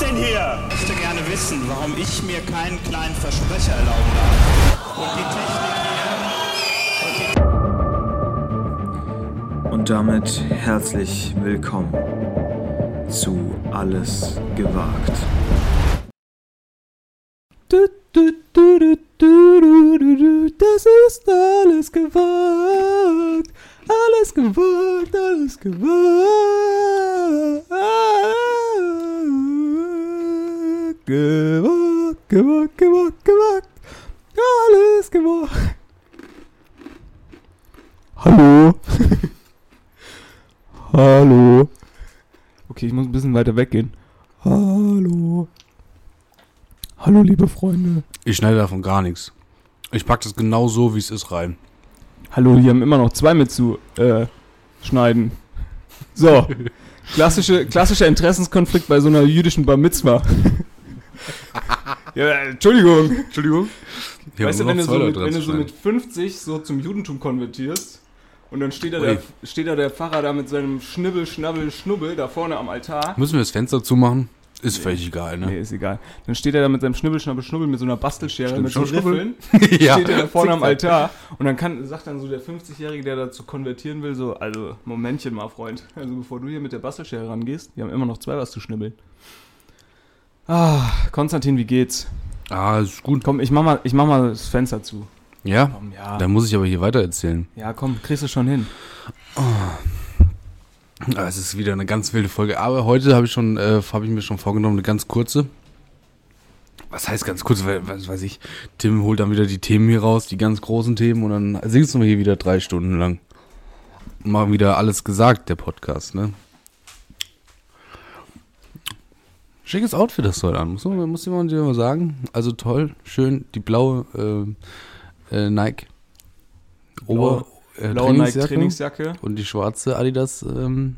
denn hier? Ich möchte gerne wissen, warum ich mir keinen kleinen Versprecher erlauben darf. Und die Technik hier. Und damit herzlich willkommen zu Alles gewagt. Du, du, du, du, du, du, du, du, das ist alles gewagt. Alles gewagt, alles gewagt. Gewagt, gewagt, gewagt, gewagt. Alles gewagt. Hallo. Hallo. Okay, ich muss ein bisschen weiter weggehen. Hallo. Hallo, liebe Freunde. Ich schneide davon gar nichts. Ich packe das genau so, wie es ist, rein. Hallo, die haben immer noch zwei mit zu äh, schneiden. So, klassische, klassischer Interessenskonflikt bei so einer jüdischen Bar Mitzwa. ja, äh, Entschuldigung. Entschuldigung. Hier weißt du, haben wenn du, nur noch so zwei mit, Leute wenn dran du zu so mit schneiden. 50 so zum Judentum konvertierst und dann steht da, Ui. der, steht da der Pfarrer da mit seinem Schnibbel, Schnabbel, Schnubbel da vorne am Altar. Müssen wir das Fenster zumachen? Ist völlig egal, Nee, ne? ist egal. Dann steht er da mit seinem Schnibbel, Schnabbel, Schnubbel mit so einer Bastelschere, mit so Schnubbel. Schnüffeln. ja. steht er da vorne am Altar und dann kann, sagt dann so der 50-Jährige, der dazu konvertieren will, so, also Momentchen mal, Freund. Also bevor du hier mit der Bastelschere rangehst, wir haben immer noch zwei was zu schnibbeln. Ah, Konstantin, wie geht's? Ah, ist gut. Komm, ich mach mal, ich mach mal das Fenster zu. Ja? Komm, ja. Dann muss ich aber hier weiter erzählen. Ja, komm, kriegst du schon hin. Ah, Es ist wieder eine ganz wilde Folge. Aber heute habe ich schon, äh, habe ich mir schon vorgenommen, eine ganz kurze. Was heißt ganz kurz? Weil, Was weiß ich. Tim holt dann wieder die Themen hier raus, die ganz großen Themen, und dann sitzen wir hier wieder drei Stunden lang. Und Machen wieder alles gesagt, der Podcast, ne? Schickes Outfit das heute an, muss man, muss man dir mal sagen. Also toll, schön, die blaue äh, äh, Nike. Ober, äh, Blaue Nike Trainingsjacke. Trainingsjacke. Und die schwarze Adidas ähm,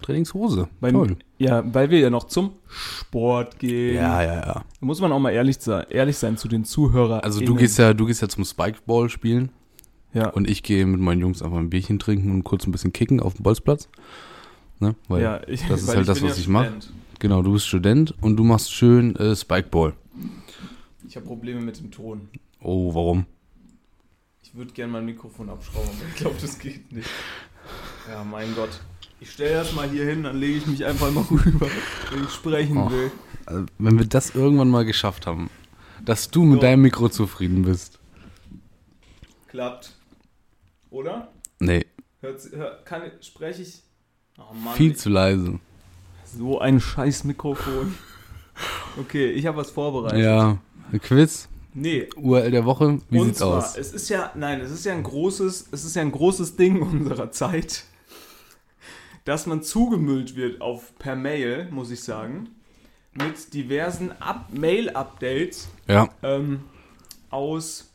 Trainingshose. Weil- Ja, weil wir ja noch zum Sport gehen. Ja, ja, ja. Da muss man auch mal ehrlich sein, ehrlich sein zu den Zuhörern. Also du gehst ja, du gehst ja zum Spikeball spielen ja, und ich gehe mit meinen Jungs einfach ein Bierchen trinken und kurz ein bisschen kicken auf dem Bolzplatz. Ne? Weil, ja, ich, das ist weil halt das, bin was ja ich mach. Student. Genau, du bist Student und du machst schön äh, Spikeball. Ich habe Probleme mit dem Ton. Oh, warum? Ich würde gerne mein Mikrofon abschrauben, aber ich glaube, das geht nicht. Ja, mein Gott. Ich stelle das mal hier hin, dann lege ich mich einfach mal rüber, wenn ich sprechen Oh. will. Also, wenn wir das irgendwann mal geschafft haben, dass du mit Ja. deinem Mikro zufrieden bist. Klappt. Oder? Nee, Hört's, hör, kann, spreche ich? Oh Mann, viel ich- zu leise. so ein scheiß Mikrofon. Okay, ich habe was vorbereitet. Ja, ein Quiz, Nee, URL der Woche, wie und sieht's zwar, aus? es ist ja, nein, es ist ja ein großes, es ist ja ein großes Ding unserer Zeit, dass man zugemüllt wird auf per Mail, muss ich sagen, mit diversen Up Mail-Updates Ja, ähm, aus.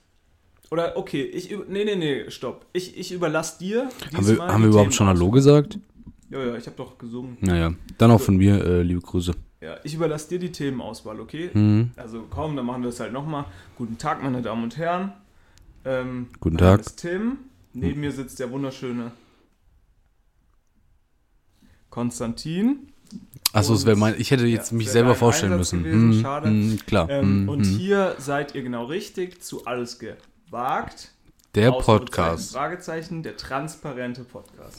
Oder okay, ich üb- nee nee nee, stopp. Ich, ich überlasse dir. haben wir, diesmal haben die wir überhaupt Themen schon aus. Hallo gesagt? Ja, ja, ich habe doch gesungen. Naja, dann auch von mir äh, liebe Grüße. Ja, ich überlasse dir die Themenauswahl, okay? Mhm. Also komm, dann machen wir es halt nochmal. Guten Tag, meine Damen und Herren. Ähm, Guten mein Name Tag. Hm. ist Tim. Neben mir sitzt der wunderschöne Konstantin. Achso, es wäre mein. Ich hätte jetzt Ja, mich wär selber dein vorstellen Einsatz müssen. gewesen, Hm, schade. hm, klar. Ähm, hm, und hm. hier seid ihr genau richtig zu alles gewagt. der Ausrufezeichen, Podcast. Fragezeichen, der transparente Podcast.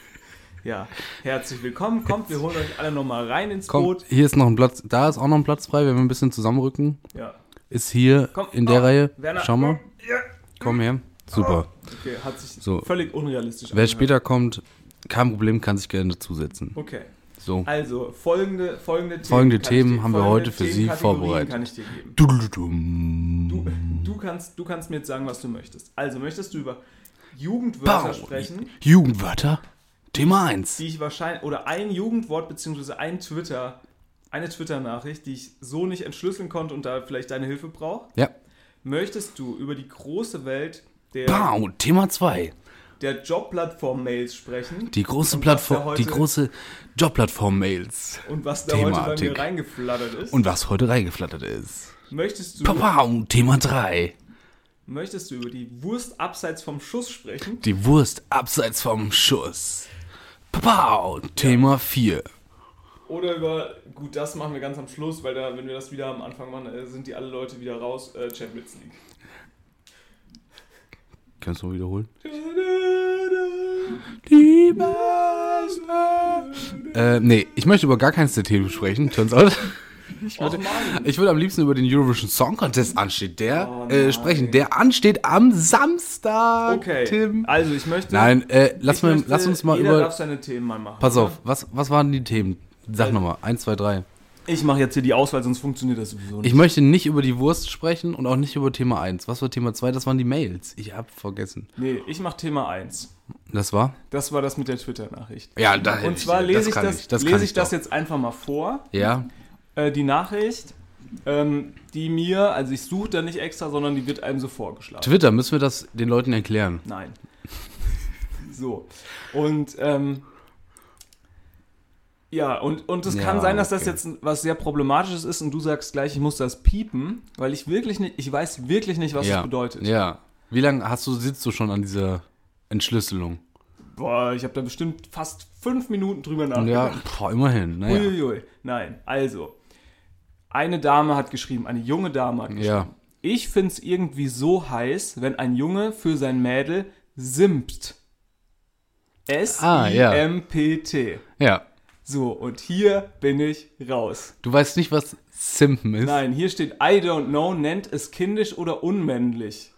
ja, herzlich willkommen. Kommt, wir holen euch alle nochmal rein ins Komm, Boot. hier ist noch ein Platz. Da ist auch noch ein Platz frei, wenn wir ein bisschen zusammenrücken. Ja, Ist hier Komm, in der oh, Reihe. Werner, Hm? Oh. Schau mal. komm, ja. Komm her. Super. okay, hat sich So. völlig unrealistisch Wer angehört. später kommt, kein Problem, kann sich gerne dazusetzen. Okay. So. Also, folgende, folgende Themen, Folgende kann ich Themen dir- haben wir folgende heute für Sie Themenkategorien vorbereitet. Kann ich dir geben. Dududum. Du, du, kannst, du kannst mir jetzt sagen, was du möchtest. Also, möchtest du über Jugendwörter Bau. sprechen, Jugendwörter. Thema 1. die ich wahrscheinlich, oder ein Jugendwort beziehungsweise ein Twitter, eine Twitter-Nachricht, die ich so nicht entschlüsseln konnte und da vielleicht deine Hilfe brauche? Ja. Möchtest du über die große Welt der, Bau. Thema 2. der Jobplattform-Mails sprechen? Die große Und was da Plattform, die heute- große Jobplattform-Mails. und was da heute bei Thematik. mir reingeflattert ist? Und was heute reingeflattert ist. möchtest du Papa, Thema 3. Möchtest du über die Wurst abseits vom Schuss sprechen? Die Wurst abseits vom Schuss. Papa, Thema 4. Oder über, gut, das machen wir ganz am Schluss, weil da, wenn wir das wieder am Anfang machen, äh, sind die alle Leute wieder raus, äh, Champions League. Kannst du mal wiederholen? Äh, nee, ich möchte über gar keins der Themen sprechen, turns out. Ich würde, ich würde am liebsten über den Eurovision Song Contest ansteht, der Oh äh, nein. sprechen. Der ansteht am Samstag, Okay, Tim. also ich möchte... Nein, äh, lass, ich mal, möchte- lass uns mal jeder über. darf Äh, seine Themen mal machen. Pass auf, was, was waren die Themen? Sag nochmal, eins, zwei, drei. Ich mache jetzt hier die Auswahl, sonst funktioniert das sowieso nicht. Ich möchte nicht über die Wurst sprechen und auch nicht über Thema 1. Was war Thema 2? Das waren die Mails. Ich hab vergessen. nee, ich mache Thema 1. Das war? Das war das mit der Twitter-Nachricht. Ja, da Und zwar lese ich kann das, das kann lese ich das doch. jetzt einfach mal vor. Ja, Äh, die Nachricht, ähm, die mir, also ich suche da nicht extra, sondern die wird einem so vorgeschlagen. Twitter, müssen wir das den Leuten erklären? Nein. so. Und ähm, ja, und, und es Ja, kann sein, dass das okay. jetzt was sehr Problematisches ist und du sagst gleich, ich muss das piepen, weil ich wirklich nicht, ich weiß wirklich nicht, was ja. das bedeutet. Ja. Wie lange hast du, sitzt du schon an dieser Entschlüsselung? Boah, ich habe da bestimmt fast fünf Minuten drüber Ja, nachgedacht. boah, immerhin. ne? Naja. Uiuiui. Nein, also. Eine Dame hat geschrieben, eine junge Dame hat geschrieben. Ja. Ich find's irgendwie so heiß, wenn ein Junge für sein Mädel simpt. Ah, ja. S-I-M-P-T. ja. So, und hier bin ich raus. Du weißt nicht, was Simpen ist. Nein, hier steht I don't know, nennt es kindisch oder unmännlich.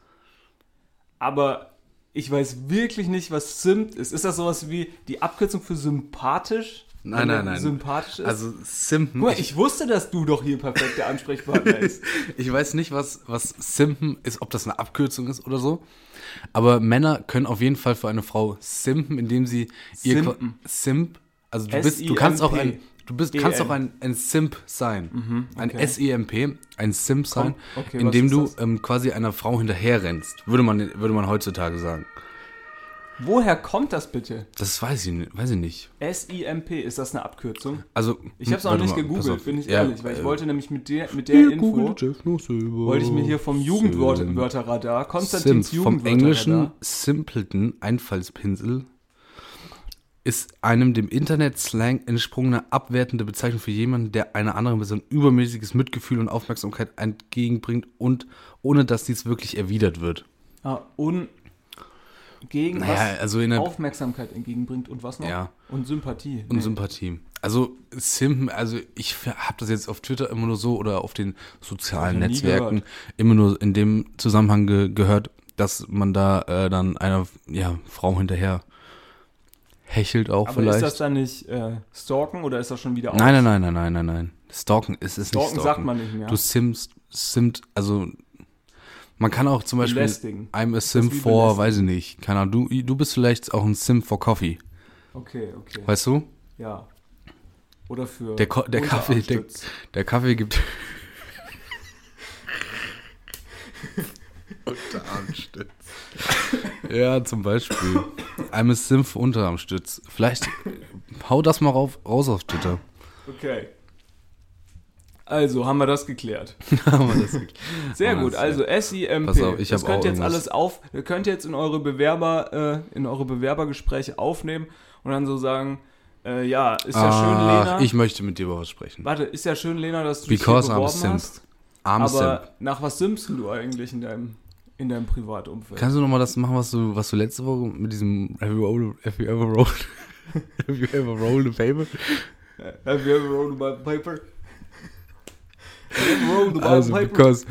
Aber ich weiß wirklich nicht, was simpt ist. Ist das sowas wie die Abkürzung für sympathisch? Nein, Wenn nein, man nein. Sympathisch ist? Also Simpen. Guck mal, ich, ich wusste, dass du doch hier perfekt der Ansprechpartner bist. ich weiß nicht, was, was Simpen ist, ob das eine Abkürzung ist oder so. Aber Männer können auf jeden Fall für eine Frau simpen, indem sie ihr Simpen. Simp. Also du bist, du kannst auch ein, du bist, kannst E-M. auch ein, ein Simp sein. Ein Mhm, okay. S-E-M-P, ein Simp sein, Komm, okay, indem was du ist ähm, quasi einer Frau hinterherrennst. Würde man, würde man heutzutage sagen. Woher kommt das bitte? Das weiß ich, ni- weiß ich nicht. SIMP, ist das eine Abkürzung? Also Ich habe es auch warte nicht mal, pass auf. gegoogelt, bin ich Ja, ehrlich, weil ich äh, wollte nämlich mit der, mit der Info, wollte wollte ich mir hier vom Jugendwörterradar, Simp Konstantins vom Jugendwörterradar, englischen Simpleton, Einfallspinsel, ist einem dem Internet-Slang entsprungene abwertende Bezeichnung für jemanden, der einer anderen Person übermäßiges Mitgefühl und Aufmerksamkeit entgegenbringt und ohne dass dies wirklich erwidert wird. ah, un, gegen Naja, also in was der Aufmerksamkeit entgegenbringt und was noch? Ja. Und Sympathie. und Nee. Sympathie. Also Simpen, also ich habe das jetzt auf Twitter immer nur so oder auf den sozialen Hab ich noch nie Netzwerken immer nur in dem Zusammenhang ge gehört, dass man da äh, dann einer ja, Frau hinterher hechelt auch Aber vielleicht. ist das dann nicht äh, stalken oder ist das schon wieder nein, nein, nein, nein, nein, nein, nein. Stalken ist es Stalken nicht. sagt man nicht mehr. Du simst, simt, also man kann auch zum Beispiel Belästigen. I'm a sim wie for, belästigen. weiß ich nicht, keine Ahnung, du, du bist vielleicht auch ein sim for coffee, Okay, okay. weißt du? Ja. Oder für Der, Ko der Kaffee, der, Unterarmstütz. der Kaffee gibt. Unterarmstütz. ja, zum Beispiel. I'm a Simp für Unterarmstütz. Vielleicht hau das mal rauf, raus auf Twitter. Okay. Also, haben wir das geklärt. Haben wir das- Sehr Haben wir gut, das, also SIMP. Pass auf, ich das hab könnt auch ihr jetzt irgendwas. alles auf, ihr könnt jetzt in eure Bewerber, äh, in eure Bewerbergespräche aufnehmen und dann so sagen, äh, ja, ist ja schön, Ach, Lena. ich möchte mit dir über was sprechen. warte, ist ja schön, Lena, dass du Because dich hier I'm a beworben simp. hast. Arm aber Simp. nach was simpst du eigentlich in deinem, in deinem Privatumfeld? Kannst du nochmal das machen, was du, was du letzte Woche mit diesem Have you, rolled, have you ever rolled? Have you ever rolled a paper? Have you ever rolled a paper? Have you ever rolled a Also, paper? because,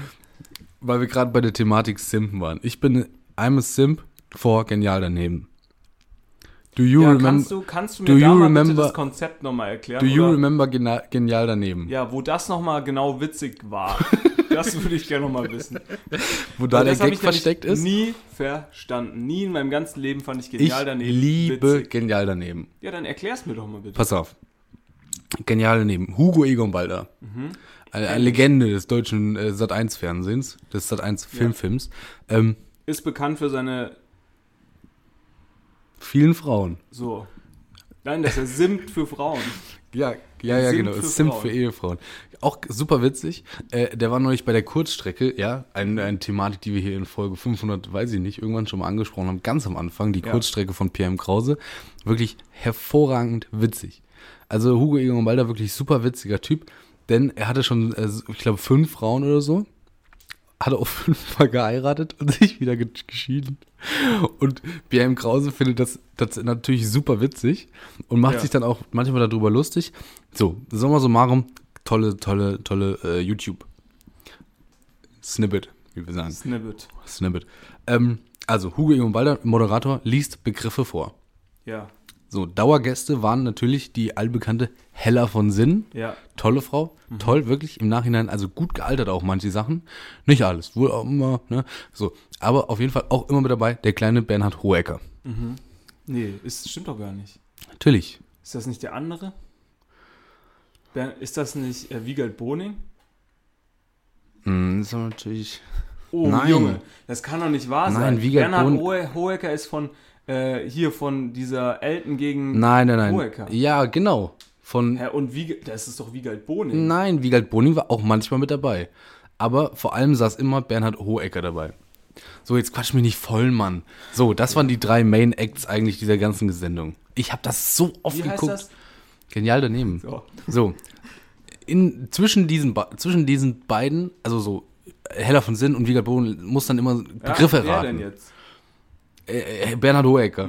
weil wir gerade bei der Thematik Simpen waren. Ich bin I'm a Simp vor genial daneben. Do you Ja, kannst remember? du, kannst du do mir da you mal bitte remember- das Konzept nochmal erklären? Do you oder? remember gena genial daneben? Ja, wo das nochmal genau witzig war. Das würde ich gerne nochmal wissen. Wo da Weil der das hab Gag ich nämlich versteckt ist? Nie verstanden. Nie in meinem ganzen Leben fand ich Ich genial daneben. liebe witzig. genial daneben. Ja, dann erklär's mir doch mal bitte. Pass auf. Genial daneben. Hugo Egon Balder. Mhm. Eine, eine Legende des deutschen äh, Sat1-Fernsehens, des Sat1-Filmfilms. Ähm, Ist bekannt für seine. vielen Frauen. So. Nein, dass er simmt für Frauen. Ja, ja, ja, Simp genau. für Simp Frauen. für Ehefrauen. Auch super witzig. Äh, der war neulich bei der Kurzstrecke, ja, eine, eine Thematik, die wir hier in Folge 500, weiß ich nicht, irgendwann schon mal angesprochen haben, ganz am Anfang, die Kurzstrecke von PM Krause. Wirklich hervorragend witzig. Also Hugo Egon Balder wirklich super witziger Typ, denn er hatte schon, äh, ich glaube, fünf Frauen oder so. Hat auch fünfmal geheiratet und sich wieder ge- geschieden. Und BM Krause findet das, das natürlich super witzig und macht Ja. sich dann auch manchmal darüber lustig. So, summa summarum, tolle, tolle, tolle äh, YouTube. Snippet, wie wir sagen. Snippet. Snippet. Ähm, also, Hugo Egon Balder, Moderator, liest Begriffe vor. Ja, So, Dauergäste waren natürlich die allbekannte Hella von Sinn. ja. Tolle Frau. Toll, wirklich im Nachhinein. Also gut gealtert auch manche Sachen. Nicht alles, wohl auch immer. Ne? So, aber auf jeden Fall auch immer mit dabei der kleine Bernhard Hohecker. Nee, ist, stimmt doch gar nicht. Natürlich. Ist das nicht der andere? Ber- Ist das nicht äh, Wiegald Boning? Hm, das ist aber natürlich. Oh, Nein. Junge, das kann doch nicht wahr Nein, sein. Wiegald Bernhard Bohn- Hohe Hohecker ist von äh, hier von dieser Elton gegen Nein, nein, nein. Hohecker. Ja, genau. Von. Hä, und Wiege, das ist doch Wiegald Boning. Nein, Wiegald Boning war auch manchmal mit dabei. Aber vor allem saß immer Bernhard Hohecker dabei. So, jetzt quatsch mich nicht voll, Mann. So, das waren die drei Main Acts eigentlich dieser ganzen Sendung. Ich habe das so oft Wie heißt geguckt. das? Genial daneben. So, So. in, zwischen, diesen, ba- zwischen diesen beiden, also so Heller von Sinn und Wiegald Boning, muss dann immer Begriffe wer raten. denn jetzt? Äh, äh, Bernhard Hohecker.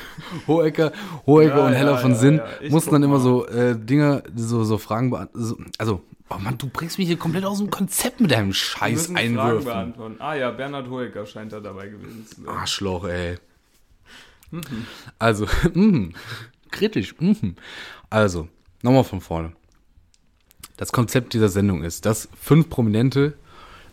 Hohecker, Hohecker Mhm. Ja, und Heller ja, von ja, Sinn ja. Ich mussten guck dann immer mal. so äh, Dinge, so, so Fragen beantworten. So, also, oh Mann, du bringst mich hier komplett aus dem Konzept mit deinem Wir scheiß müssen Fragen Einwürfen. beantworten. Ah ja, Bernhard Hohecker scheint da dabei gewesen zu sein. Arschloch, ey. Also, mhm. kritisch. mhm. Also, nochmal von vorne. Das Konzept dieser Sendung ist, dass fünf Prominente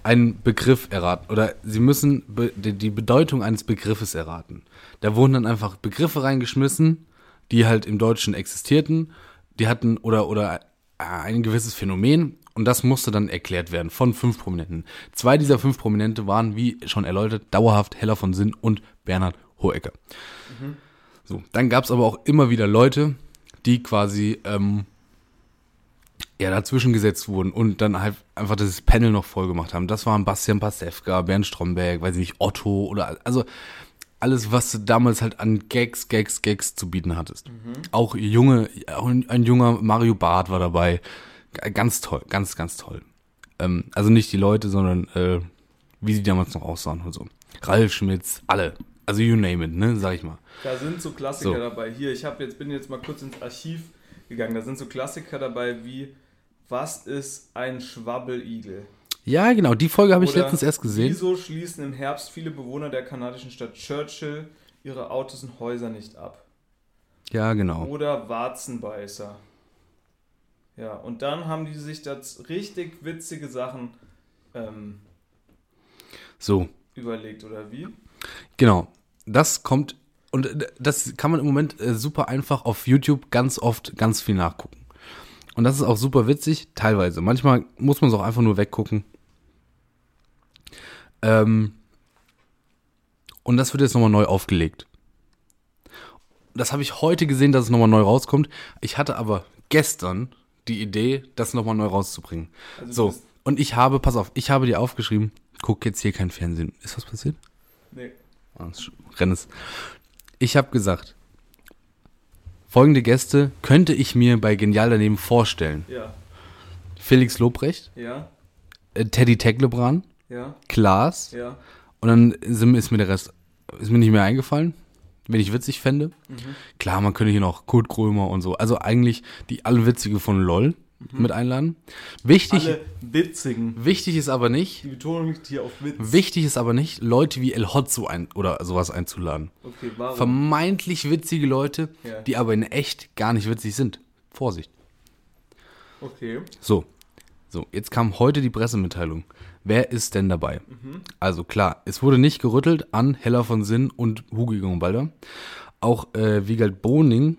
einen Begriff erraten oder sie müssen be die die Bedeutung eines Begriffes erraten. Da wurden dann einfach Begriffe reingeschmissen, die halt im Deutschen existierten, die hatten oder oder äh, ein gewisses Phänomen und das musste dann erklärt werden von fünf Prominenten. Zwei dieser fünf Prominente waren, wie schon erläutert, dauerhaft Heller von Sinn und Bernhard Hohecker. So, dann gab es aber auch immer wieder Leute, die quasi ähm, ja, dazwischen gesetzt wurden und dann halt einfach das Panel noch voll gemacht haben. Das waren Bastian Pastewka, Bernd Stromberg, weiß ich nicht, Otto oder also alles, was du damals halt an Gags, Gags, Gags zu bieten hattest. Auch junge, auch ein ein junger Mario Barth war dabei. G- Ganz toll, ganz, ganz toll. Ähm, also nicht die Leute, sondern äh, wie sie damals noch aussahen und so. Ralf Schmitz, alle. Also you name it, ne, sag ich mal. Da sind so Klassiker So. dabei. Hier, ich hab jetzt, bin jetzt mal kurz ins Archiv gegangen. Da sind so Klassiker dabei wie Was ist ein Schwabbeligel? Ja, genau, die Folge habe ich Oder letztens erst gesehen. Wieso schließen im Herbst viele Bewohner der kanadischen Stadt Churchill ihre Autos und Häuser nicht ab? Ja, genau. Oder Warzenbeißer. Ja, und dann haben die sich das richtig witzige Sachen ähm, So, überlegt, oder wie? Genau. Das kommt und äh, das kann man im Moment äh, super einfach auf YouTube ganz oft ganz viel nachgucken. Und das ist auch super witzig, teilweise. Manchmal muss man es auch einfach nur weggucken. Ähm, und das wird jetzt nochmal neu aufgelegt. Das habe ich heute gesehen, dass es nochmal neu rauskommt. Ich hatte aber gestern die Idee, das nochmal neu rauszubringen. Also du so, bist- und ich habe, pass auf, ich habe dir aufgeschrieben, guck jetzt hier kein Fernsehen. Ist was passiert? Nee. Ah, das Rennen ist. Ich habe gesagt, folgende Gäste könnte ich mir bei Genial daneben vorstellen. Ja, Felix Lobrecht, ja, äh, Teddy Teglebran, ja, Klaas. ja. Und dann sind- ist mir der Rest ist mir nicht mehr eingefallen, wenn ich witzig fände. Klar, man könnte hier noch Kurt Krömer und so. Also eigentlich die Allwitzige von LOL mit einladen. Wichtig, Alle witzigen. wichtig ist aber nicht, Die Betonung liegt hier auf Witz. wichtig ist aber nicht, Leute wie El Hotzo ein oder sowas einzuladen. Okay, warum? vermeintlich witzige Leute, Ja. die aber in echt gar nicht witzig sind. Vorsicht. okay. So. So, jetzt kam heute die Pressemitteilung. Wer ist denn dabei? Also klar, es wurde nicht gerüttelt an Heller von Sinn und Hugo Gumbalder. Auch äh, Wiegald Boning,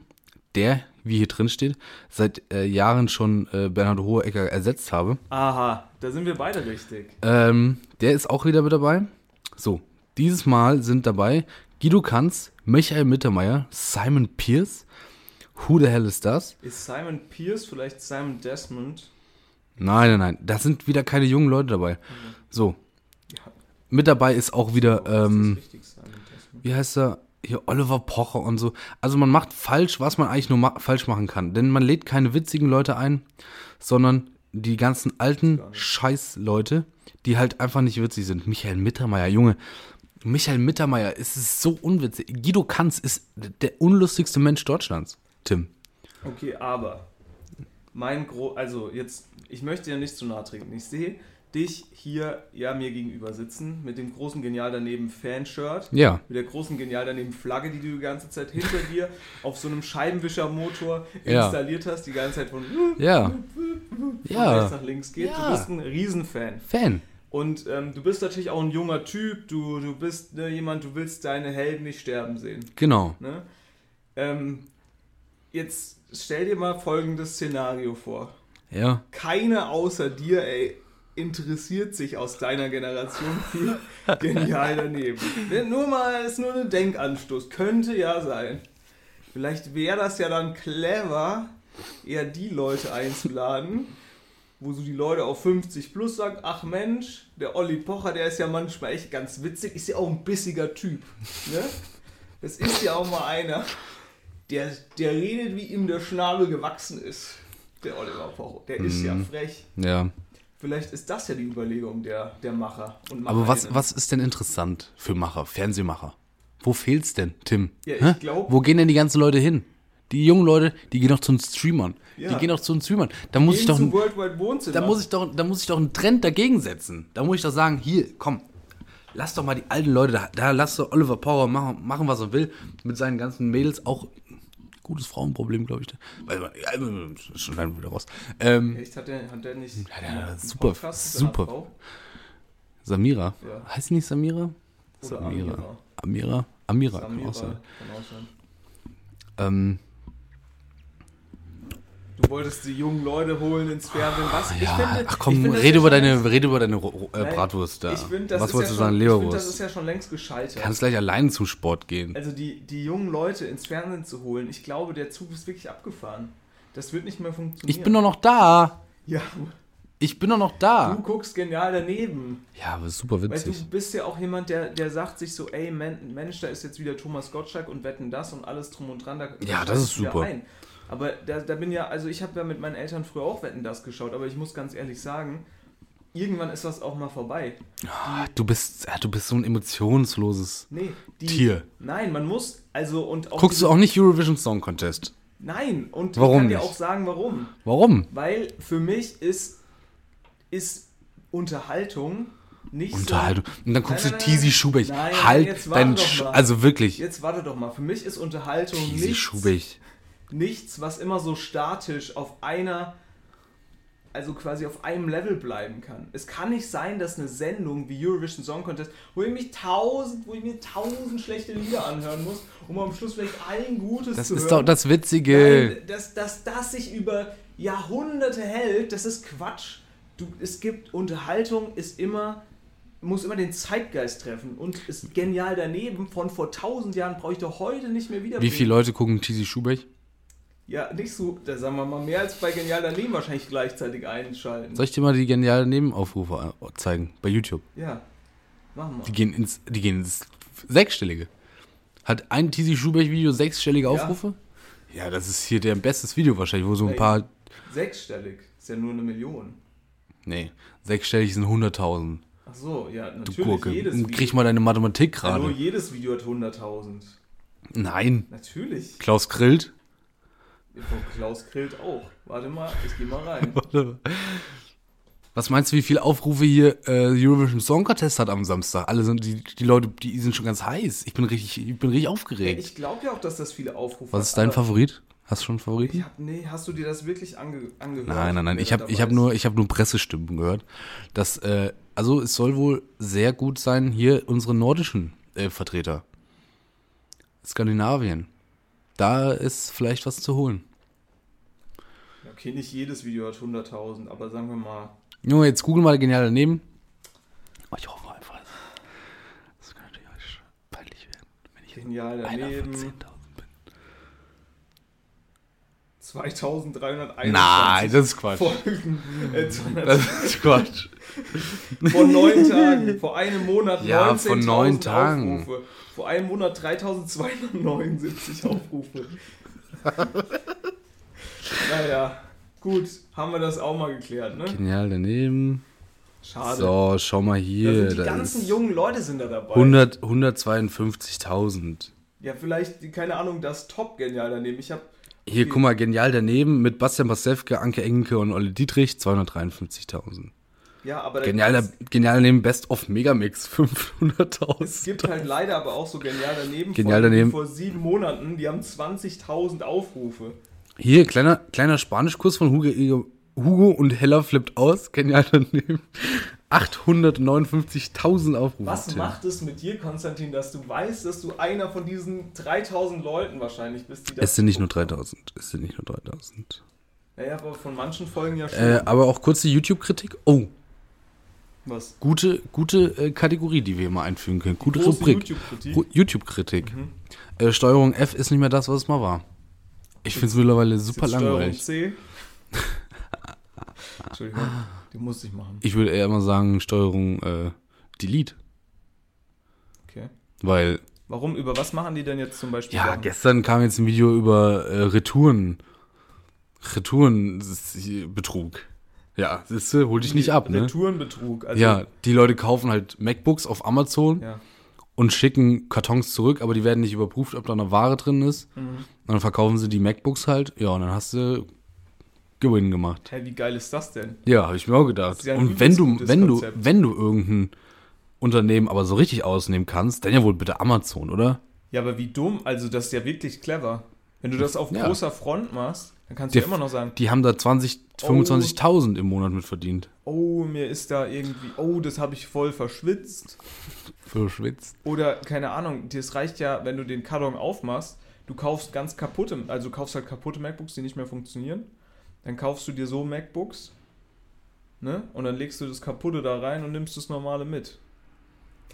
der, wie hier drin steht, seit äh, Jahren schon äh, Bernhard Hohecker ersetzt habe, Aha, da sind wir beide richtig. ähm, der ist auch wieder mit dabei. So, dieses Mal sind dabei Guido Kanz, Michael Mittermeier, Simon Pierce. Who the hell is das? Ist Simon Pierce vielleicht Simon Desmond? Nein, nein, nein. Da sind wieder keine jungen Leute dabei. So. Mit dabei ist auch wieder, Muss das ähm, richtig Simon Desmond? wie heißt er? hier Oliver Pocher und so. Also man macht falsch, was man eigentlich nur ma falsch machen kann. Denn man lädt keine witzigen Leute ein, sondern die ganzen alten Scheißleute, die halt einfach nicht witzig sind. Michael Mittermeier, Junge. Michael Mittermeier, es ist so unwitzig. Guido Kanz ist der unlustigste Mensch Deutschlands, Tim. Okay, aber mein Gro also jetzt, ich möchte ja nicht zu nahe treten. Ich sehe dich hier ja mir gegenüber sitzen mit dem großen Genial daneben Fanshirt, Ja. mit der großen Genial daneben Flagge, die du die ganze Zeit hinter dir auf so einem Scheibenwischermotor Ja. installiert hast, die ganze Zeit von Ja. von rechts Ja. nach links geht. Ja. Du bist ein Riesenfan. Fan. Und ähm, du bist natürlich auch ein junger Typ, du, du bist ne, jemand, du willst deine Helden nicht sterben sehen. Genau. Ne? Ähm, jetzt stell dir mal folgendes Szenario vor. Ja. Keiner außer dir, ey, interessiert sich aus deiner Generation für genial daneben. Ne, Nur mal, ist nur ein Denkanstoß. Könnte ja sein. Vielleicht wäre das ja dann clever, eher die Leute einzuladen, wo so die Leute auf 50 plus sagen, ach Mensch, der Olli Pocher, der ist ja manchmal echt ganz witzig, ist ja auch ein bissiger Typ. Ne? Das ist ja auch mal einer, der, der redet, wie ihm der Schnabel gewachsen ist. Der Oliver Pocher, der ist ja Mhm. frech. Ja. Vielleicht ist das ja die Überlegung der, der Macher. Und Aber was, Macherinnen. was ist denn interessant für Macher, Fernsehmacher? Wo fehlt's denn, Tim? Ja, ich Hä? glaub- Wo gehen denn die ganzen Leute hin? Die jungen Leute, die gehen doch zu den Streamern. Ja. Die gehen doch zu den Streamern. Da muss ich Gehen doch, zum World Wide Wohnzimmer. da muss ich doch, da muss ich doch einen Trend dagegen setzen. Da muss ich doch sagen, hier, komm, lass doch mal die alten Leute da, da lass doch Oliver Power machen, machen, was er will, mit seinen ganzen Mädels auch. Gutes Frauenproblem, glaube ich. da. Weil, ja, äh, schneiden wir wieder raus. Ähm, Echt, hat der, hat der nicht. Ja, der einen super- Podcast mit super. einer Frau? Samira. Ja. Heißt die nicht Samira? Oder Samira. Amira. Amira. Amira, kann Samira, auch sein. kann auch sein. Ähm, Du wolltest die jungen Leute holen ins Fernsehen. Was? Ich Ah, ja, finde- ach ich komm, finde, das rede ja über, schon deine, längst- rede über deine Ro- äh, Nein, Bratwurst da. Ich finde, das Was ist wolltest ja du sagen, schon, Ich finde, das ist Leberwurst? ja schon längst gescheitert. Kannst gleich alleine zum Sport gehen. also die, die jungen Leute ins Fernsehen zu holen, ich glaube, der Zug ist wirklich abgefahren. Das wird nicht mehr funktionieren. Ich bin doch noch da. Ja, Ich bin doch noch du da. guckst genial daneben. Ja, aber ist super Weil du witzig. bist ja auch jemand, der, der sagt sich so, ey, Men- Mensch, da ist jetzt wieder Thomas Gottschalk und wetten das und alles drum und dran. Da Ja, steigt das ist wieder super. Aber da, da bin ja, also ich habe ja mit meinen Eltern früher auch wetten das geschaut, aber ich muss ganz ehrlich sagen, irgendwann ist das auch mal vorbei. Ah, Du bist, ah, du bist so ein emotionsloses. Nee, die. Tier. Nein, man muss, also und auch. Guckst du diese- auch nicht Eurovision Song Contest? Nein, und Warum ich kann dir nicht? auch sagen, warum. Warum? Weil für mich ist, ist Unterhaltung nicht Unterhaltung. so. Und dann guckst Nein, du nein, nein, Tizi nein. Schubech. Nein, nein, Halt jetzt warte dein. doch Sch mal. also wirklich. Jetzt warte doch mal, für mich ist Unterhaltung Tizi nicht Schubech. nichts, was immer so statisch auf einer, also quasi auf einem Level bleiben kann. Es kann nicht sein, dass eine Sendung wie Eurovision Song Contest, wo ich mich tausend, wo ich mir tausend schlechte Lieder anhören muss, um am Schluss vielleicht ein gutes Das zu ist doch hören. das Witzige. Nein, dass, dass das sich über Jahrhunderte hält, das ist Quatsch. Du, es gibt Unterhaltung, ist immer muss immer den Zeitgeist treffen und ist genial daneben. Von vor tausend Jahren brauche ich doch heute nicht mehr wieder. Wie viele Leute gucken Tizi Schubech? Ja, nicht so, da sagen wir mal, mehr als bei Genial daneben wahrscheinlich gleichzeitig einschalten. Soll ich dir mal die genialen Nebenaufrufe äh, zeigen? Bei YouTube. ja, machen Die wir. gehen ins, die gehen ins sechsstellige. Hat ein Tizi Schubech-Video sechsstellige Aufrufe? Ja, das ist hier der bestes Video wahrscheinlich, wo so ein Ey. paar. Sechsstellig, ist ja nur eine Million. Nee, sechsstellig sind 100.000. Ach so, ja, Du natürlich Gurke. jedes Krieg Video. mal deine Mathematik Hallo, gerade. jedes Video hat 100.000. Nein. Natürlich. Klaus Grillt. Von Klaus Krillt auch. Warte mal, ich gehe mal rein. Was meinst du, wie viele Aufrufe hier äh, Eurovision Song Contest hat am Samstag? Alle sind, die, die Leute, die sind schon ganz heiß. Ich bin richtig, ich bin richtig aufgeregt. Ich glaube ja auch, dass das viele Aufrufe Was hat, ist dein aber Favorit? Hast du schon einen Favoriten? Ich hab, nee, hast du dir das wirklich ange angehört? Nein, nein, nein. wer Ich da habe ich dabei hab ist? nur, ich hab nur Pressestimmen gehört. Dass, äh, also es soll wohl sehr gut sein, hier unsere nordischen äh, Vertreter. Skandinavien. Da ist vielleicht was zu holen. Okay, nicht jedes Video hat 100.000, aber sagen wir mal. Junge, jetzt googeln mal genial daneben. Oh, ich hoffe einfach. Das könnte ja sch- peinlich werden, wenn ich jetzt Genial einer von daneben. 10.000 bin. 2321 Nein, das ist Quatsch. Folgen äh, 200 Das ist Quatsch. vor neun Tagen, vor einem Monat Ja, 19.000 vor neun Tagen. Aufrufe. Vor einem Monat 3279 Aufrufe. naja, gut, haben wir das auch mal geklärt, ne? Genial daneben. Schade. So, schau mal da hier. sind die da ganzen ist jungen Leute sind da dabei. 100, 152.000. Ja, vielleicht, keine Ahnung, das Top genial daneben. Ich habe Hier, Okay. guck mal, genial daneben mit Bastian Pastewka, Anke Engelke und Olle Dietrich 253.000. ja, aber Genial, Äh, es, da- genial daneben Best of Megamix es 500.000. gibt halt leider aber auch so genial daneben. Genial Folgen, die daneben. Vor sieben Monaten, die haben 20.000 Aufrufe. Hier, kleiner, kleiner Spanischkurs von Hugo, Hugo und Hella flippt aus. Genial daneben. 859.000 Aufrufe. Was Tim. macht es mit dir, Konstantin, dass du weißt, dass du einer von diesen 3000 Leuten wahrscheinlich bist, die das. Es sind nicht nur 3000. Es sind nicht nur 3000. Naja, aber von manchen Folgen ja schon. Äh, aber auch kurze YouTube-Kritik. Oh, was? gute, gute äh, Kategorie, die wir mal einfügen können. Gute Große Rubrik. YouTube-Kritik. Ru- YouTube-Kritik. Mhm. Äh, Steuerung F ist nicht mehr das, was es mal war. Ich finde es mittlerweile super Jetzt langweilig. Steuerung C. Entschuldigung, Ah. die musste ich machen. Ich würde eher immer sagen Steuerung äh, Delete, Okay. weil Warum? Über was machen die denn jetzt zum Beispiel? ja Sachen? gestern kam jetzt ein Video über äh, Retouren, Retourenbetrug. Ja, siehst du, hol dich nicht ab, ne? Retourenbetrug. Also, Ja, die Leute kaufen halt MacBooks auf Amazon ja. und schicken Kartons zurück, aber die werden nicht überprüft, ob da eine Ware drin ist. Mhm. Und dann verkaufen sie die MacBooks halt. Ja, und dann hast du Gewinn gemacht. Hey, wie geil ist das denn? Ja, habe ich mir auch gedacht. Das ist ja ein und wenn du, übelst wenn gutes du, Konzept. wenn du irgendein Unternehmen aber so richtig ausnehmen kannst, dann ja wohl bitte Amazon, oder? Ja, aber wie dumm. Also, das ist ja wirklich clever. Wenn du das auf Ja. großer Front machst, dann kannst du Der- ja immer noch sagen, Die haben da 20, Oh. 25.000 im Monat mit verdient. oh, mir ist da irgendwie, oh, das habe ich voll verschwitzt. Verschwitzt. Oder, keine Ahnung, dir es reicht ja, wenn du den Karton aufmachst, du kaufst ganz kaputte, also kaufst halt kaputte MacBooks, die nicht mehr funktionieren. Dann kaufst du dir so MacBooks, ne? Und dann legst du das kaputte da rein und nimmst das normale mit.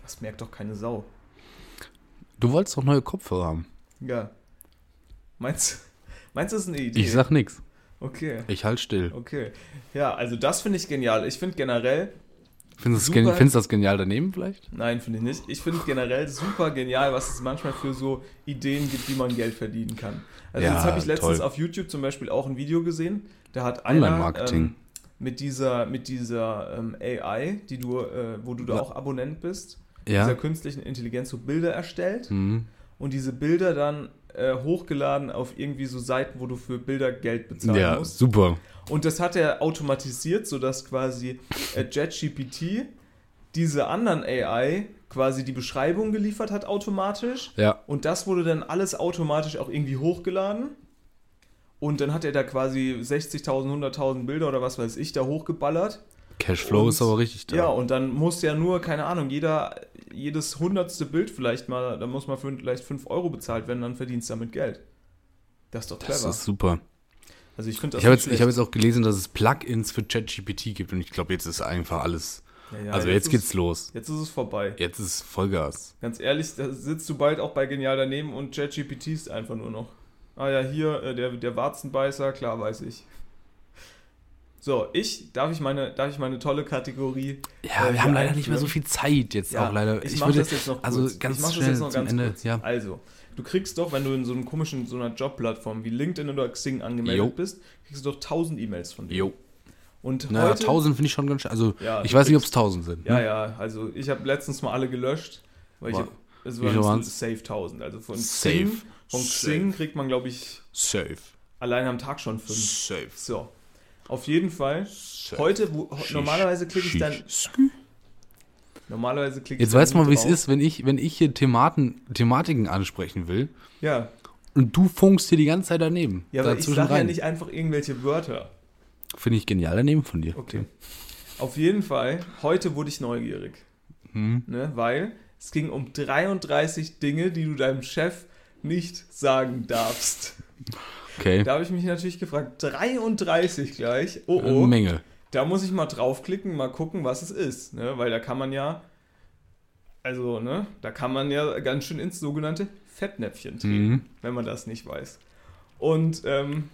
Das merkt doch keine Sau. Du wolltest doch neue Kopfhörer haben. Ja. Meinst meinst du, das ist eine Idee? Ich sag nix. Okay, Ich halt still. okay. Ja, also das finde ich genial. Ich finde generell, Findest du Super. das, findest du das genial daneben vielleicht? nein, finde ich nicht. Ich finde generell super genial, was es manchmal für so Ideen gibt, wie man Geld verdienen kann. Also Ja, jetzt habe ich letztens toll. auf YouTube zum Beispiel auch ein Video gesehen. Da hat einer Online-Marketing. ähm, mit dieser, mit dieser ähm, AI, die du, äh, wo du da Ja. auch Abonnent bist, dieser ja. künstlichen Intelligenz so Bilder erstellt. Hm. und diese Bilder dann äh, hochgeladen auf irgendwie so Seiten, wo du für Bilder Geld bezahlen Ja, musst. super. Und das hat er automatisiert, sodass quasi äh, JetGPT diese anderen AI quasi die Beschreibung geliefert hat automatisch. Ja. Und das wurde dann alles automatisch auch irgendwie hochgeladen. Und dann hat er da quasi 60.000, 100.000 Bilder oder was weiß ich da hochgeballert. Cashflow Und- ist aber richtig da. Ja, und dann muss ja nur, keine Ahnung, jeder, jedes hundertste Bild vielleicht mal, da muss mal fün- vielleicht 5 Euro bezahlt werden, dann verdienst du damit Geld. Das ist doch clever. das ist super. also ich finde das Ich nicht habe jetzt, ich schlecht. hab jetzt auch gelesen, dass es Plugins für ChatGPT gibt und ich glaube, jetzt ist einfach alles. Ja, ja, also jetzt, ist- geht's los. Jetzt ist es vorbei. Jetzt ist Vollgas. Ganz ehrlich, da sitzt du bald auch bei Genial daneben und ChatGPT ist einfach nur noch. Ah ja, hier, äh, der, der Warzenbeißer, klar weiß ich. So, ich, darf ich meine, darf ich meine tolle Kategorie. Ja, äh, wir hier haben leider nicht mehr so einführen? viel Zeit jetzt Ja, auch leider. Ich, mach das jetzt noch kurz. also ganz ich mach schnell das jetzt noch zum ganz Ende. kurz. Ja. Also, du kriegst doch, wenn du in so einem komischen, so einer Jobplattform wie LinkedIn oder Xing angemeldet Jo. bist, kriegst du doch 1000 E-Mails von dir. Jo. Und Naja, heute, 1000 finde ich schon ganz schön. Also Ja, ich du weiß nicht, ob kriegst- es 1000 sind. Ja, ne? ja, also ich habe letztens mal alle gelöscht, weil ich Wow. hab, es Wie viel waren waren's? safe 1000. Also von Safe. Xing, von Xing kriegt man, glaube ich, Safe. allein am Tag schon fünf. Safe. So. Auf jeden Fall. Safe. Heute, wo, Sheesh. normalerweise klicke ich dann. Sheesh. Normalerweise klicke ich Jetzt weißt du dann mal, wie es drauf. ist, wenn ich, wenn ich hier Thematen, Thematiken ansprechen will Ja, und du funkst hier die ganze Zeit daneben. ja aber ich dazwischen sage ja rein. nicht einfach irgendwelche Wörter. Finde ich genial daneben von dir. Okay. Auf jeden Fall, heute wurde ich neugierig. Hm. Ne, weil es ging um 33 Dinge, die du deinem Chef nicht sagen darfst. Okay. Da habe ich mich natürlich gefragt, 33 gleich? Oh Eine oh. Ähm, Menge. Da muss ich mal draufklicken, mal gucken, was es ist. Ne? Weil da kann man ja, also, ne, da kann man ja ganz schön ins sogenannte Fettnäpfchen treten, Mhm. wenn man das nicht weiß. Und ähm,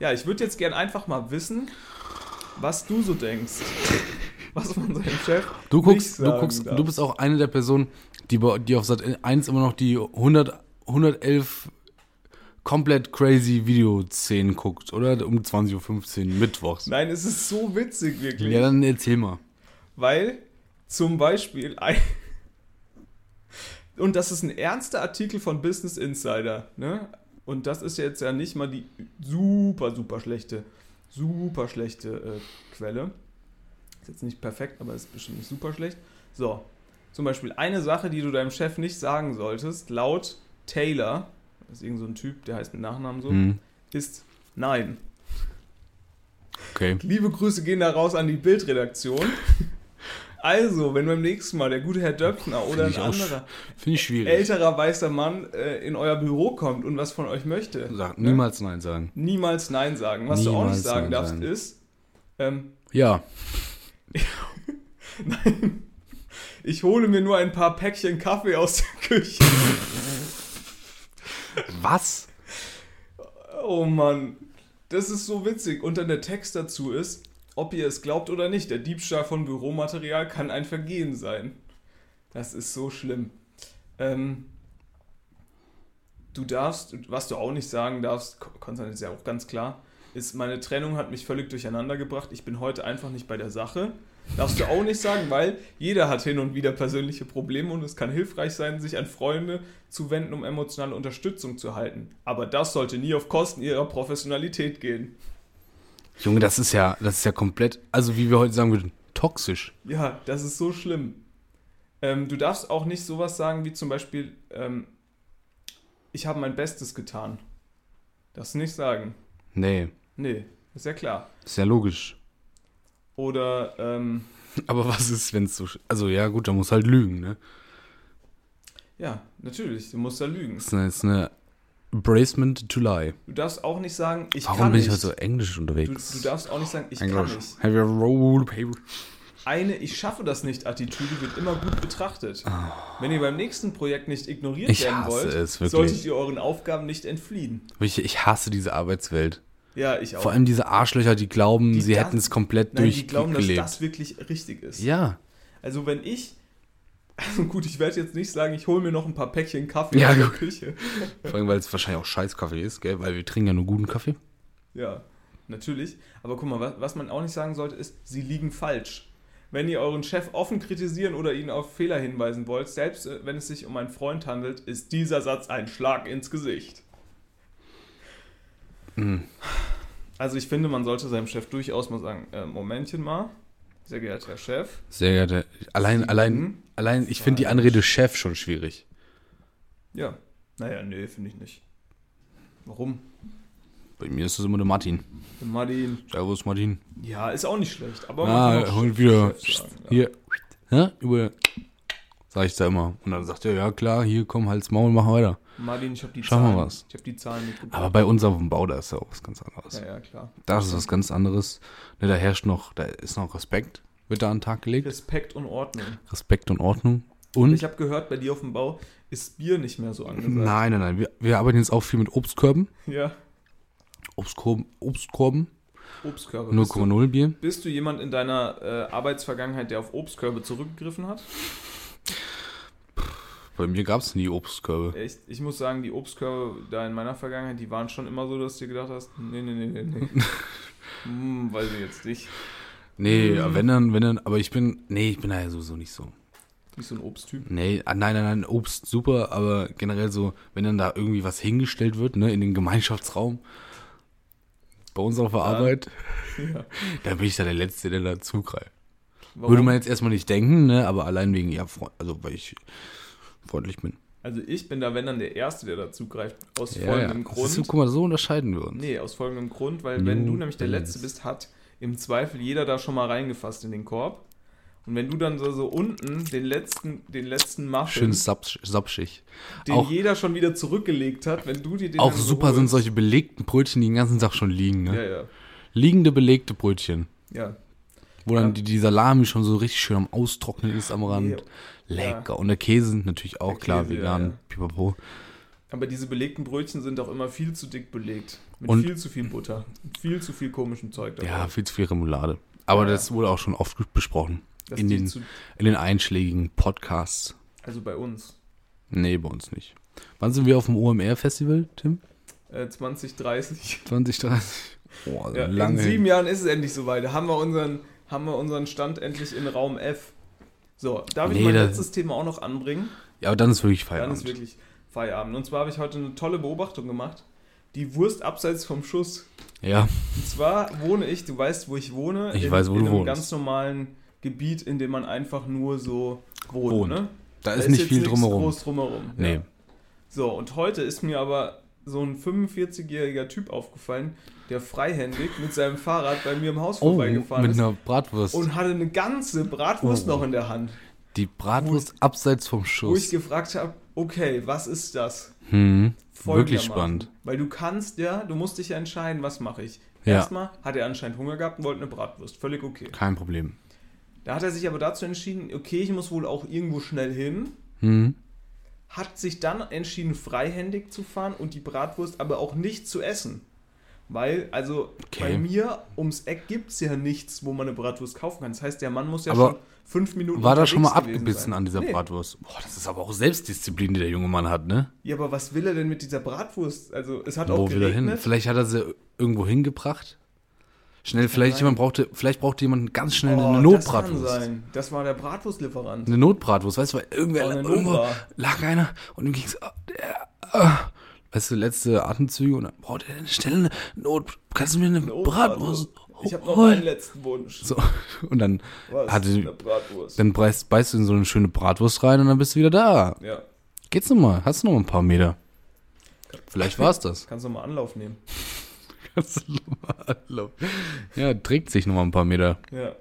Ja, ich würde jetzt gern einfach mal wissen, was du so denkst. Was man seinem Chef. Du nicht guckst, sagen du guckst, darf. du bist auch eine der Personen, die, bei- die auf Sat 1 immer noch die 100, 111 komplett crazy Videoszenen guckt, oder? Um 20.15 Uhr mittwochs. Nein, es ist so witzig, wirklich. Ja, dann erzähl mal. Weil zum Beispiel ein. Und das ist ein ernster Artikel von Business Insider, ne? Und das ist jetzt ja nicht mal die super, super schlechte, super schlechte äh, Quelle. Ist jetzt nicht perfekt, aber ist bestimmt nicht super schlecht. So, zum Beispiel eine Sache, die du deinem Chef nicht sagen solltest, laut Taylor, das ist irgend so ein Typ, der heißt mit Nachnamen so, Hm, ist nein. okay. Liebe Grüße gehen da raus an die Bildredaktion. Also, wenn beim nächsten Mal der gute Herr Döpfner oder ein ich auch anderer Finde ich schwierig. älterer weißer Mann äh, in euer Büro kommt und was von euch möchte, Sag, niemals Nein sagen. niemals Nein sagen. Was du auch nicht Niemals sagen Nein darfst, sagen. ist, ähm, Ja. nein, ich hole mir nur ein paar Päckchen Kaffee aus der Küche. Was? Oh Mann, das ist so witzig. Und dann der Text dazu ist, ob ihr es glaubt oder nicht, der Diebstahl von Büromaterial kann ein Vergehen sein. Das ist so schlimm. Ähm, du darfst, was du auch nicht sagen darfst, Ko- Konstantin ist ja auch ganz klar, ist, meine Trennung hat mich völlig durcheinander gebracht. Ich bin heute einfach nicht bei der Sache. Darfst du auch nicht sagen, weil jeder hat hin und wieder persönliche Probleme und es kann hilfreich sein, sich an Freunde zu wenden, um emotionale Unterstützung zu halten. Aber das sollte nie auf Kosten ihrer Professionalität gehen. Junge, das ist ja, das ist ja komplett, also wie wir heute sagen würden, toxisch. Ja, das ist so schlimm. Ähm, du darfst auch nicht sowas sagen wie zum Beispiel, ähm, ich habe mein Bestes getan. Das nicht sagen. Nee, Nee, ist ja klar. ist ja logisch. Oder, ähm, Aber was ist, wenn es so. sch- Also, ja, gut, da muss halt lügen, ne? ja, natürlich, du musst da lügen. Das ist eine, ist eine Bracement to Lie. Du darfst auch nicht sagen, ich Warum kann bin nicht. ich heute so englisch du, unterwegs? du darfst auch nicht sagen, ich kann nicht. Have you roll paper? Eine Ich schaffe das nicht Attitüde wird immer gut betrachtet. Wenn ihr beim nächsten Projekt nicht ignoriert Ah. Ich werden hasse wollt, es, wirklich. solltet ihr euren Aufgaben nicht entfliehen. Ich, ich hasse diese Arbeitswelt. Ja, ich auch. Vor allem diese Arschlöcher, die glauben, Die sie das- hätten es komplett Nein, die durchgelebt. glauben, dass das wirklich richtig ist. ja. Also wenn ich, also gut, ich werde jetzt nicht sagen, ich hole mir noch ein paar Päckchen Kaffee Ja, aus der gut. Küche. Vor allem, weil es wahrscheinlich auch Scheißkaffee ist, gell? Weil wir trinken ja nur guten Kaffee. Ja, natürlich. Aber guck mal, was, was man auch nicht sagen sollte, ist, sie liegen falsch. Wenn ihr euren Chef offen kritisieren oder ihn auf Fehler hinweisen wollt, selbst äh, wenn es sich um einen Freund handelt, ist dieser Satz ein Schlag ins Gesicht. Mhm. Also ich finde, man sollte seinem Chef durchaus mal sagen, äh, Momentchen mal, sehr geehrter Herr Chef. Sehr geehrte. Allein, Sieben, allein, allein, ich finde die Anrede Chef schon schwierig. Ja, naja, nee, finde ich nicht. Warum? Bei mir ist das immer der Martin. Martin. Servus, Martin. Ja, ist auch nicht schlecht, aber man Ah, kann auch hol wieder. Chef sagen, ja. Hier. Hä? Über. Sag ich da immer. Und dann sagt er, ja klar, hier komm, halt's Maul, mach weiter. Martin, ich habe die Schauen wir Zahlen. was. Ich habe die Zahlen mitgebracht. Aber bei uns auf dem Bau, da ist ja auch was ganz anderes. Ja, ja, klar. Da ist was ganz anderes. Ne, da herrscht noch, da ist noch Respekt, wird da an den Tag gelegt. Respekt und Hm. Ordnung. Respekt und Ordnung. Und? Ich habe gehört, bei dir auf dem Bau ist Bier nicht mehr so angesagt. nein, nein, nein. Wir, wir arbeiten jetzt auch viel mit Obstkörben. Ja, Obstkorben, Obstkorben Obstkörbe. Bist du, 0,0 Bier. bist du jemand in deiner äh, Arbeitsvergangenheit, der auf Obstkörbe zurückgegriffen hat? Bei mir gab es nie Obstkörbe. Ich, ich muss sagen, die Obstkörbe da in meiner Vergangenheit, die waren schon immer so, dass du dir gedacht hast, nee, nee, nee, nee, nee. hm, weiß ich jetzt nicht. Nee, ja, wenn dann, wenn dann, aber ich bin, nee, ich bin da ja sowieso nicht so. Nicht so ein Obsttyp. Nee, ah, nein, nein, nein, Obst super, aber generell so, wenn dann da irgendwie was hingestellt wird, ne, in den Gemeinschaftsraum, bei uns auf der Arbeit, Ja. da bin ich da der Letzte, der da zugreift. Warum? Würde man jetzt erstmal nicht denken, ne, aber allein wegen, ja, Freund, also weil ich freundlich bin. also ich bin da, wenn dann der Erste, der dazugreift. Aus Ja, ja. folgendem Das ist so, Grund. guck mal, so unterscheiden wir uns. Nee, aus folgendem Grund, weil wenn New du nämlich der Letzte Balance. bist, hat im Zweifel jeder da schon mal reingefasst in den Korb. Und wenn du dann so, so unten den letzten, den letzten Muffin, Schön Subsch- sapschig. den auch- jeder schon wieder zurückgelegt hat, wenn du dir den Auch dann so super sind holst- solche belegten Brötchen, die den ganzen Tag schon liegen, ne? Ja, ja, Liegende belegte Brötchen. ja. Wo dann Ja. die, die Salami schon so richtig schön am Austrocknen ist am Rand. Ja. Lecker. Und der Käse natürlich auch, Der klar, Käse, ja, vegan, ja. pipapo. Aber diese belegten Brötchen sind auch immer viel zu dick belegt. Mit Und- viel zu viel Butter. Mit viel zu viel komischem Zeug dabei. Ja, viel zu viel Remoulade. Aber Ja. das wurde auch schon oft besprochen. Dass in die den- zu, In den einschlägigen Podcasts. also bei uns. Nee, bei uns nicht. Wann sind wir auf dem OMR-Festival, Tim? Äh, 2030. 2030. Oh, also Ja, in lange. sieben hin. Jahren ist es endlich soweit. Da haben wir unseren, haben wir unseren Stand endlich in Raum F. So, darf Nee, ich mein da- letztes Thema auch noch anbringen? Ja, aber dann ist wirklich Dann Feierabend. ist wirklich Feierabend. Und zwar habe ich heute eine tolle Beobachtung gemacht. Die Wurst abseits vom Schuss. ja, Und zwar wohne ich, du weißt, wo ich wohne. Ich weiß, wo in du einem wohnst. ganz normalen Gebiet, in dem man einfach nur so wohnt. Wohnt. Ne? da Da ist nicht jetzt viel nichts drumherum. Groß drumherum. Nee. Ja. So, und heute ist mir aber so ein 45-jähriger Typ aufgefallen, der freihändig mit seinem Fahrrad bei mir im Haus Oh, mit vorbeigefahren ist einer Bratwurst. und hatte eine ganze Bratwurst Oh. noch in der Hand, Die Bratwurst abseits vom wo ich Schuss. gefragt habe, okay, was ist das? Hm, wirklich Folgendermaßen. spannend. Weil du kannst ja, du musst dich ja entscheiden, was mache ich. Ja. Erstmal hat er anscheinend Hunger gehabt und wollte eine Bratwurst. Völlig okay. Kein Problem. Da hat er sich aber dazu entschieden, okay, ich muss wohl auch irgendwo schnell hin. Hm. hat sich dann entschieden, freihändig zu fahren und die Bratwurst aber auch nicht zu essen. Weil, also Okay. bei mir ums Eck gibt es ja nichts, wo man eine Bratwurst kaufen kann. Das heißt, der Mann muss ja Aber schon fünf Minuten. War da schon mal unterwegs gewesen sein. abgebissen an dieser Nee. Bratwurst? Boah, das ist aber auch Selbstdisziplin, die der junge Mann hat, ne? Ja, aber was will er denn mit dieser Bratwurst? Also, es hat auch Wo will er hin? geregnet. Vielleicht hat er sie irgendwo hingebracht. Schnell, vielleicht jemand brauchte, vielleicht brauchte jemand ganz schnell eine Oh, das kann Notbratwurst. sein. Das war der Bratwurstlieferant. Eine Notbratwurst, weißt du, weil irgendwer Oh, eine irgendwo Notbrat. lag einer und ihm ging's. ah, der, ah, weißt du, letzte Atemzüge und dann braucht er schnell eine Not. Kannst du mir eine Oh, Bratwurst Ich habe noch einen holen? letzten Wunsch. So, und dann Was? eine hatte, Bratwurst. dann beißt, beißt du in so eine schöne Bratwurst rein und dann bist du wieder da. Ja, Geht's nochmal? Hast du noch ein paar Meter? Vielleicht war's das. kannst du mal Anlauf nehmen. Kannst du noch mal anlaufen. ja, trägt sich nochmal ein paar Meter. Ja.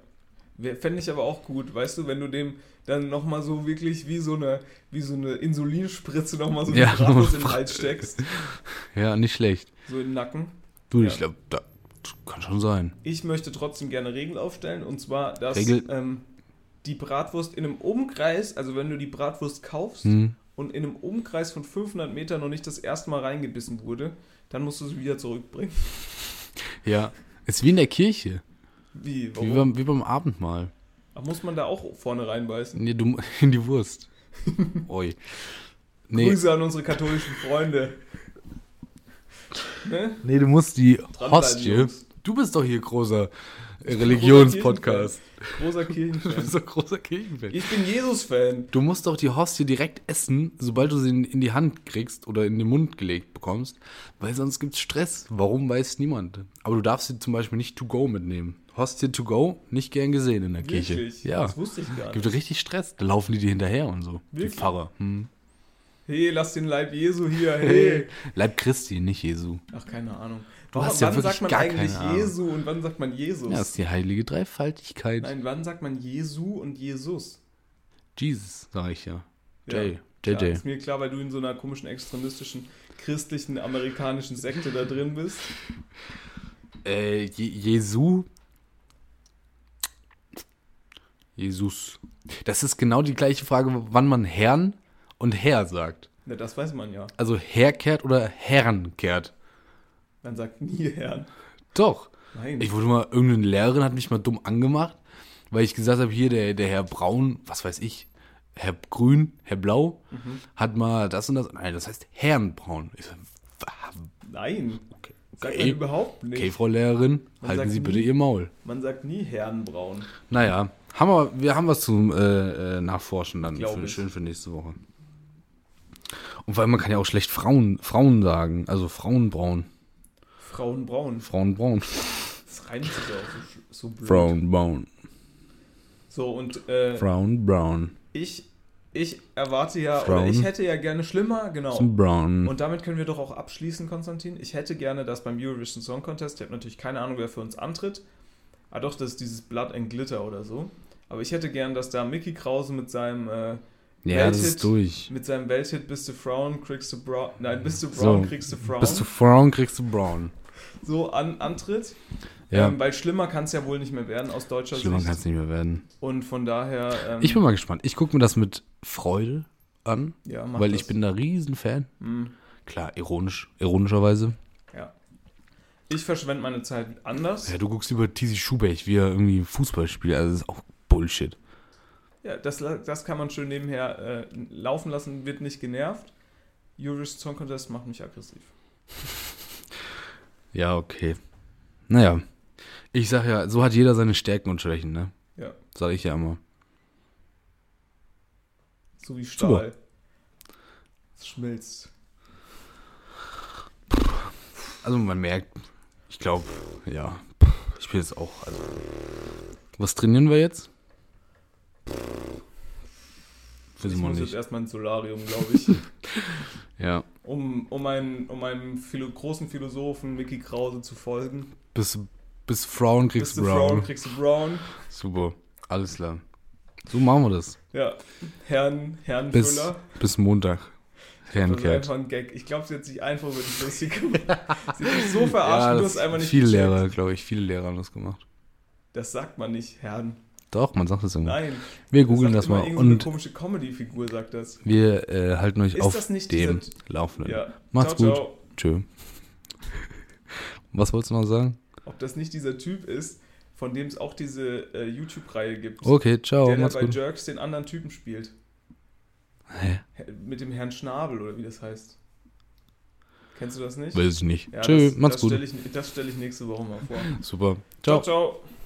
Fände ich aber auch gut, weißt du, wenn du dem dann nochmal so wirklich wie so eine, wie so eine Insulinspritze nochmal so Ja, eine Bratwurst in den Fra- Hals steckst, Ja, nicht schlecht. so in den Nacken. Du, Ja. ich glaube, da kann schon sein. Ich möchte trotzdem gerne Regeln aufstellen und zwar, dass Regel? ähm, die Bratwurst in einem Umkreis, also wenn du die Bratwurst kaufst Hm. und in einem Umkreis von 500 Metern noch nicht das erste Mal reingebissen wurde, dann musst du sie wieder zurückbringen. Ja. Ist wie in der Kirche. Wie? Wie Warum? beim, wie beim Abendmahl. Ach, Muss man da auch vorne reinbeißen? Nee, du, in die Wurst. Oi. Nee, Grüße an unsere katholischen Freunde. ne? nee, du musst die Dranbleiben, Hostie. Jungs. Du bist doch hier großer Religionspodcast. Großer Du bist Kirchenfan. doch großer Kirchenfan. Ich bin Jesus-Fan. Du musst doch die Hostie direkt essen, sobald du sie in, in die Hand kriegst oder in den Mund gelegt bekommst, weil sonst gibt's Stress. Warum weiß niemand? Aber du darfst sie zum Beispiel nicht to go mitnehmen. Hostie to go, nicht gern gesehen in der Kirche. Wirklich? Ja. Das wusste ich gar Gibt nicht. richtig Stress. Da laufen die dir hinterher und so. Wirklich? Die Pfarrer. Hm. Hey, lass den Leib Jesu hier, hey. Hey. Leib Christi, nicht Jesu. Ach, keine Ahnung. Du Warum- hast ja wann wirklich sagt man gar eigentlich keine Ahnung. Jesu und wann sagt man Jesus? Ja, das ist die heilige Dreifaltigkeit. Nein, wann sagt man Jesu und Jesus? Jesus, sag ich ja. Ja, J. Ja, JJ. ist mir klar, weil du in so einer komischen, extremistischen, christlichen, amerikanischen Sekte da drin bist. Äh, Je Jesu. Jesus. Das ist genau die gleiche Frage, wann man Herrn und Herr sagt. Na, das weiß man ja. Also Herrkehrt oder Herrenkehrt. Man sagt nie Herrn. Doch. Nein. Ich wurde mal, irgendeine Lehrerin hat mich mal dumm angemacht, weil ich gesagt habe, hier der, der Herr Braun, was weiß ich, Herr Grün, Herr Blau, Mhm. hat mal das und das. Nein, das heißt Herrn Braun. Ich so, Nein. Sagt man okay. überhaupt nicht. okay, Frau Lehrerin, Man halten sagt Sie bitte nie- Ihr Maul. Man sagt nie Herrenbraun. Naja, haben wir, wir haben was zum äh, äh, Nachforschen dann Glaub für, ich. schön für nächste Woche. Und weil man kann ja auch schlecht Frauen, Frauen sagen, also Frauenbraun, Frauenbraun. Frauenbraun, Das reimt sich auch so, sch- so blöd. Frauenbraun, So, und äh, Frauenbraun, ich, ich erwarte ja, Frauen. oder ich hätte ja gerne schlimmer, genau. zum Braun. Und damit können wir doch auch abschließen, Konstantin. Ich hätte gerne, dass beim Eurovision Song Contest, ich habe natürlich keine Ahnung, wer für uns antritt. Ah doch, das ist dieses Blood and Glitter oder so. Aber ich hätte gern, dass da Mickey Krause mit seinem, äh, Ja, das ist Welthit. durch. mit seinem Welthit Bist du Frauen, kriegst du Brown, nein, Bist du So. Brown, kriegst du Frauen Bist du Frauen, kriegst du Braun. so an, antritt. Ja, Ähm, weil schlimmer kann es ja wohl nicht mehr werden aus deutscher schlimmer kann Sicht. es nicht mehr werden. Und von daher, ähm, Ich bin mal gespannt. Ich gucke mir das mit Freude an, ja, mach weil das. ich bin da riesen Fan. Hm, Klar, ironisch, ironischerweise. ja. Ich verschwende meine Zeit anders. Ja, du guckst über Tizi Schubeck, wie er irgendwie Fußball spielt. Also das ist auch Bullshit. Ja, das, la- das kann man schön nebenher äh, laufen lassen, wird nicht genervt. Eurovision Song Contest macht mich aggressiv. Ja, okay. Naja. Ich sag ja, so hat jeder seine Stärken und Schwächen, ne? Ja. Sag ich ja immer. So wie Super. Stahl. Es schmilzt. Also man merkt, ich glaube, ja, ich bin jetzt auch. Also, was trainieren wir jetzt? Ich Wissen wir muss jetzt nicht. erstmal ins Solarium, glaube ich. Ja. um, um, einen, um einem Philo großen Philosophen Mickey Krause zu folgen. Bis, bis Frauen Bist kriegst du du Brown, Brown. kriegst du Brown. Super. Alles klar. So machen wir das. Ja, Herrn, Herrn Bis, Füller. bis Montag. Das ist Handcat. einfach ein Gag. Ich glaube, sie hat sich einfach über die lustig gemacht. Sie hat dich so verarscht, Ja, du das hast einfach nicht viele gecheckt. Lehrer, glaube ich, viele Lehrer haben das gemacht. Das sagt man nicht, Herrn. Doch, man sagt das immer. Nein. Wir googeln sagt das immer mal irgendeine und komische Comedy-Figur sagt das. wir äh, halten euch Ist auf das nicht dem dieser- Laufenden. Ja. Macht's ciao, gut. Ciao. Tschö. Was wolltest du noch sagen? Ob das nicht dieser Typ ist, von dem es auch diese äh, YouTube-Reihe gibt. Okay, ciao, der, der macht's bei gut. Jerks den anderen Typen spielt. Hä? Her- Mit dem Herrn Schnabel oder wie das heißt. Kennst du das nicht? Weiß ich nicht. Ja, Tschö, das, macht's das gut. Stell ich, das stelle ich nächste Woche mal vor. Super. ciao. ciao. ciao.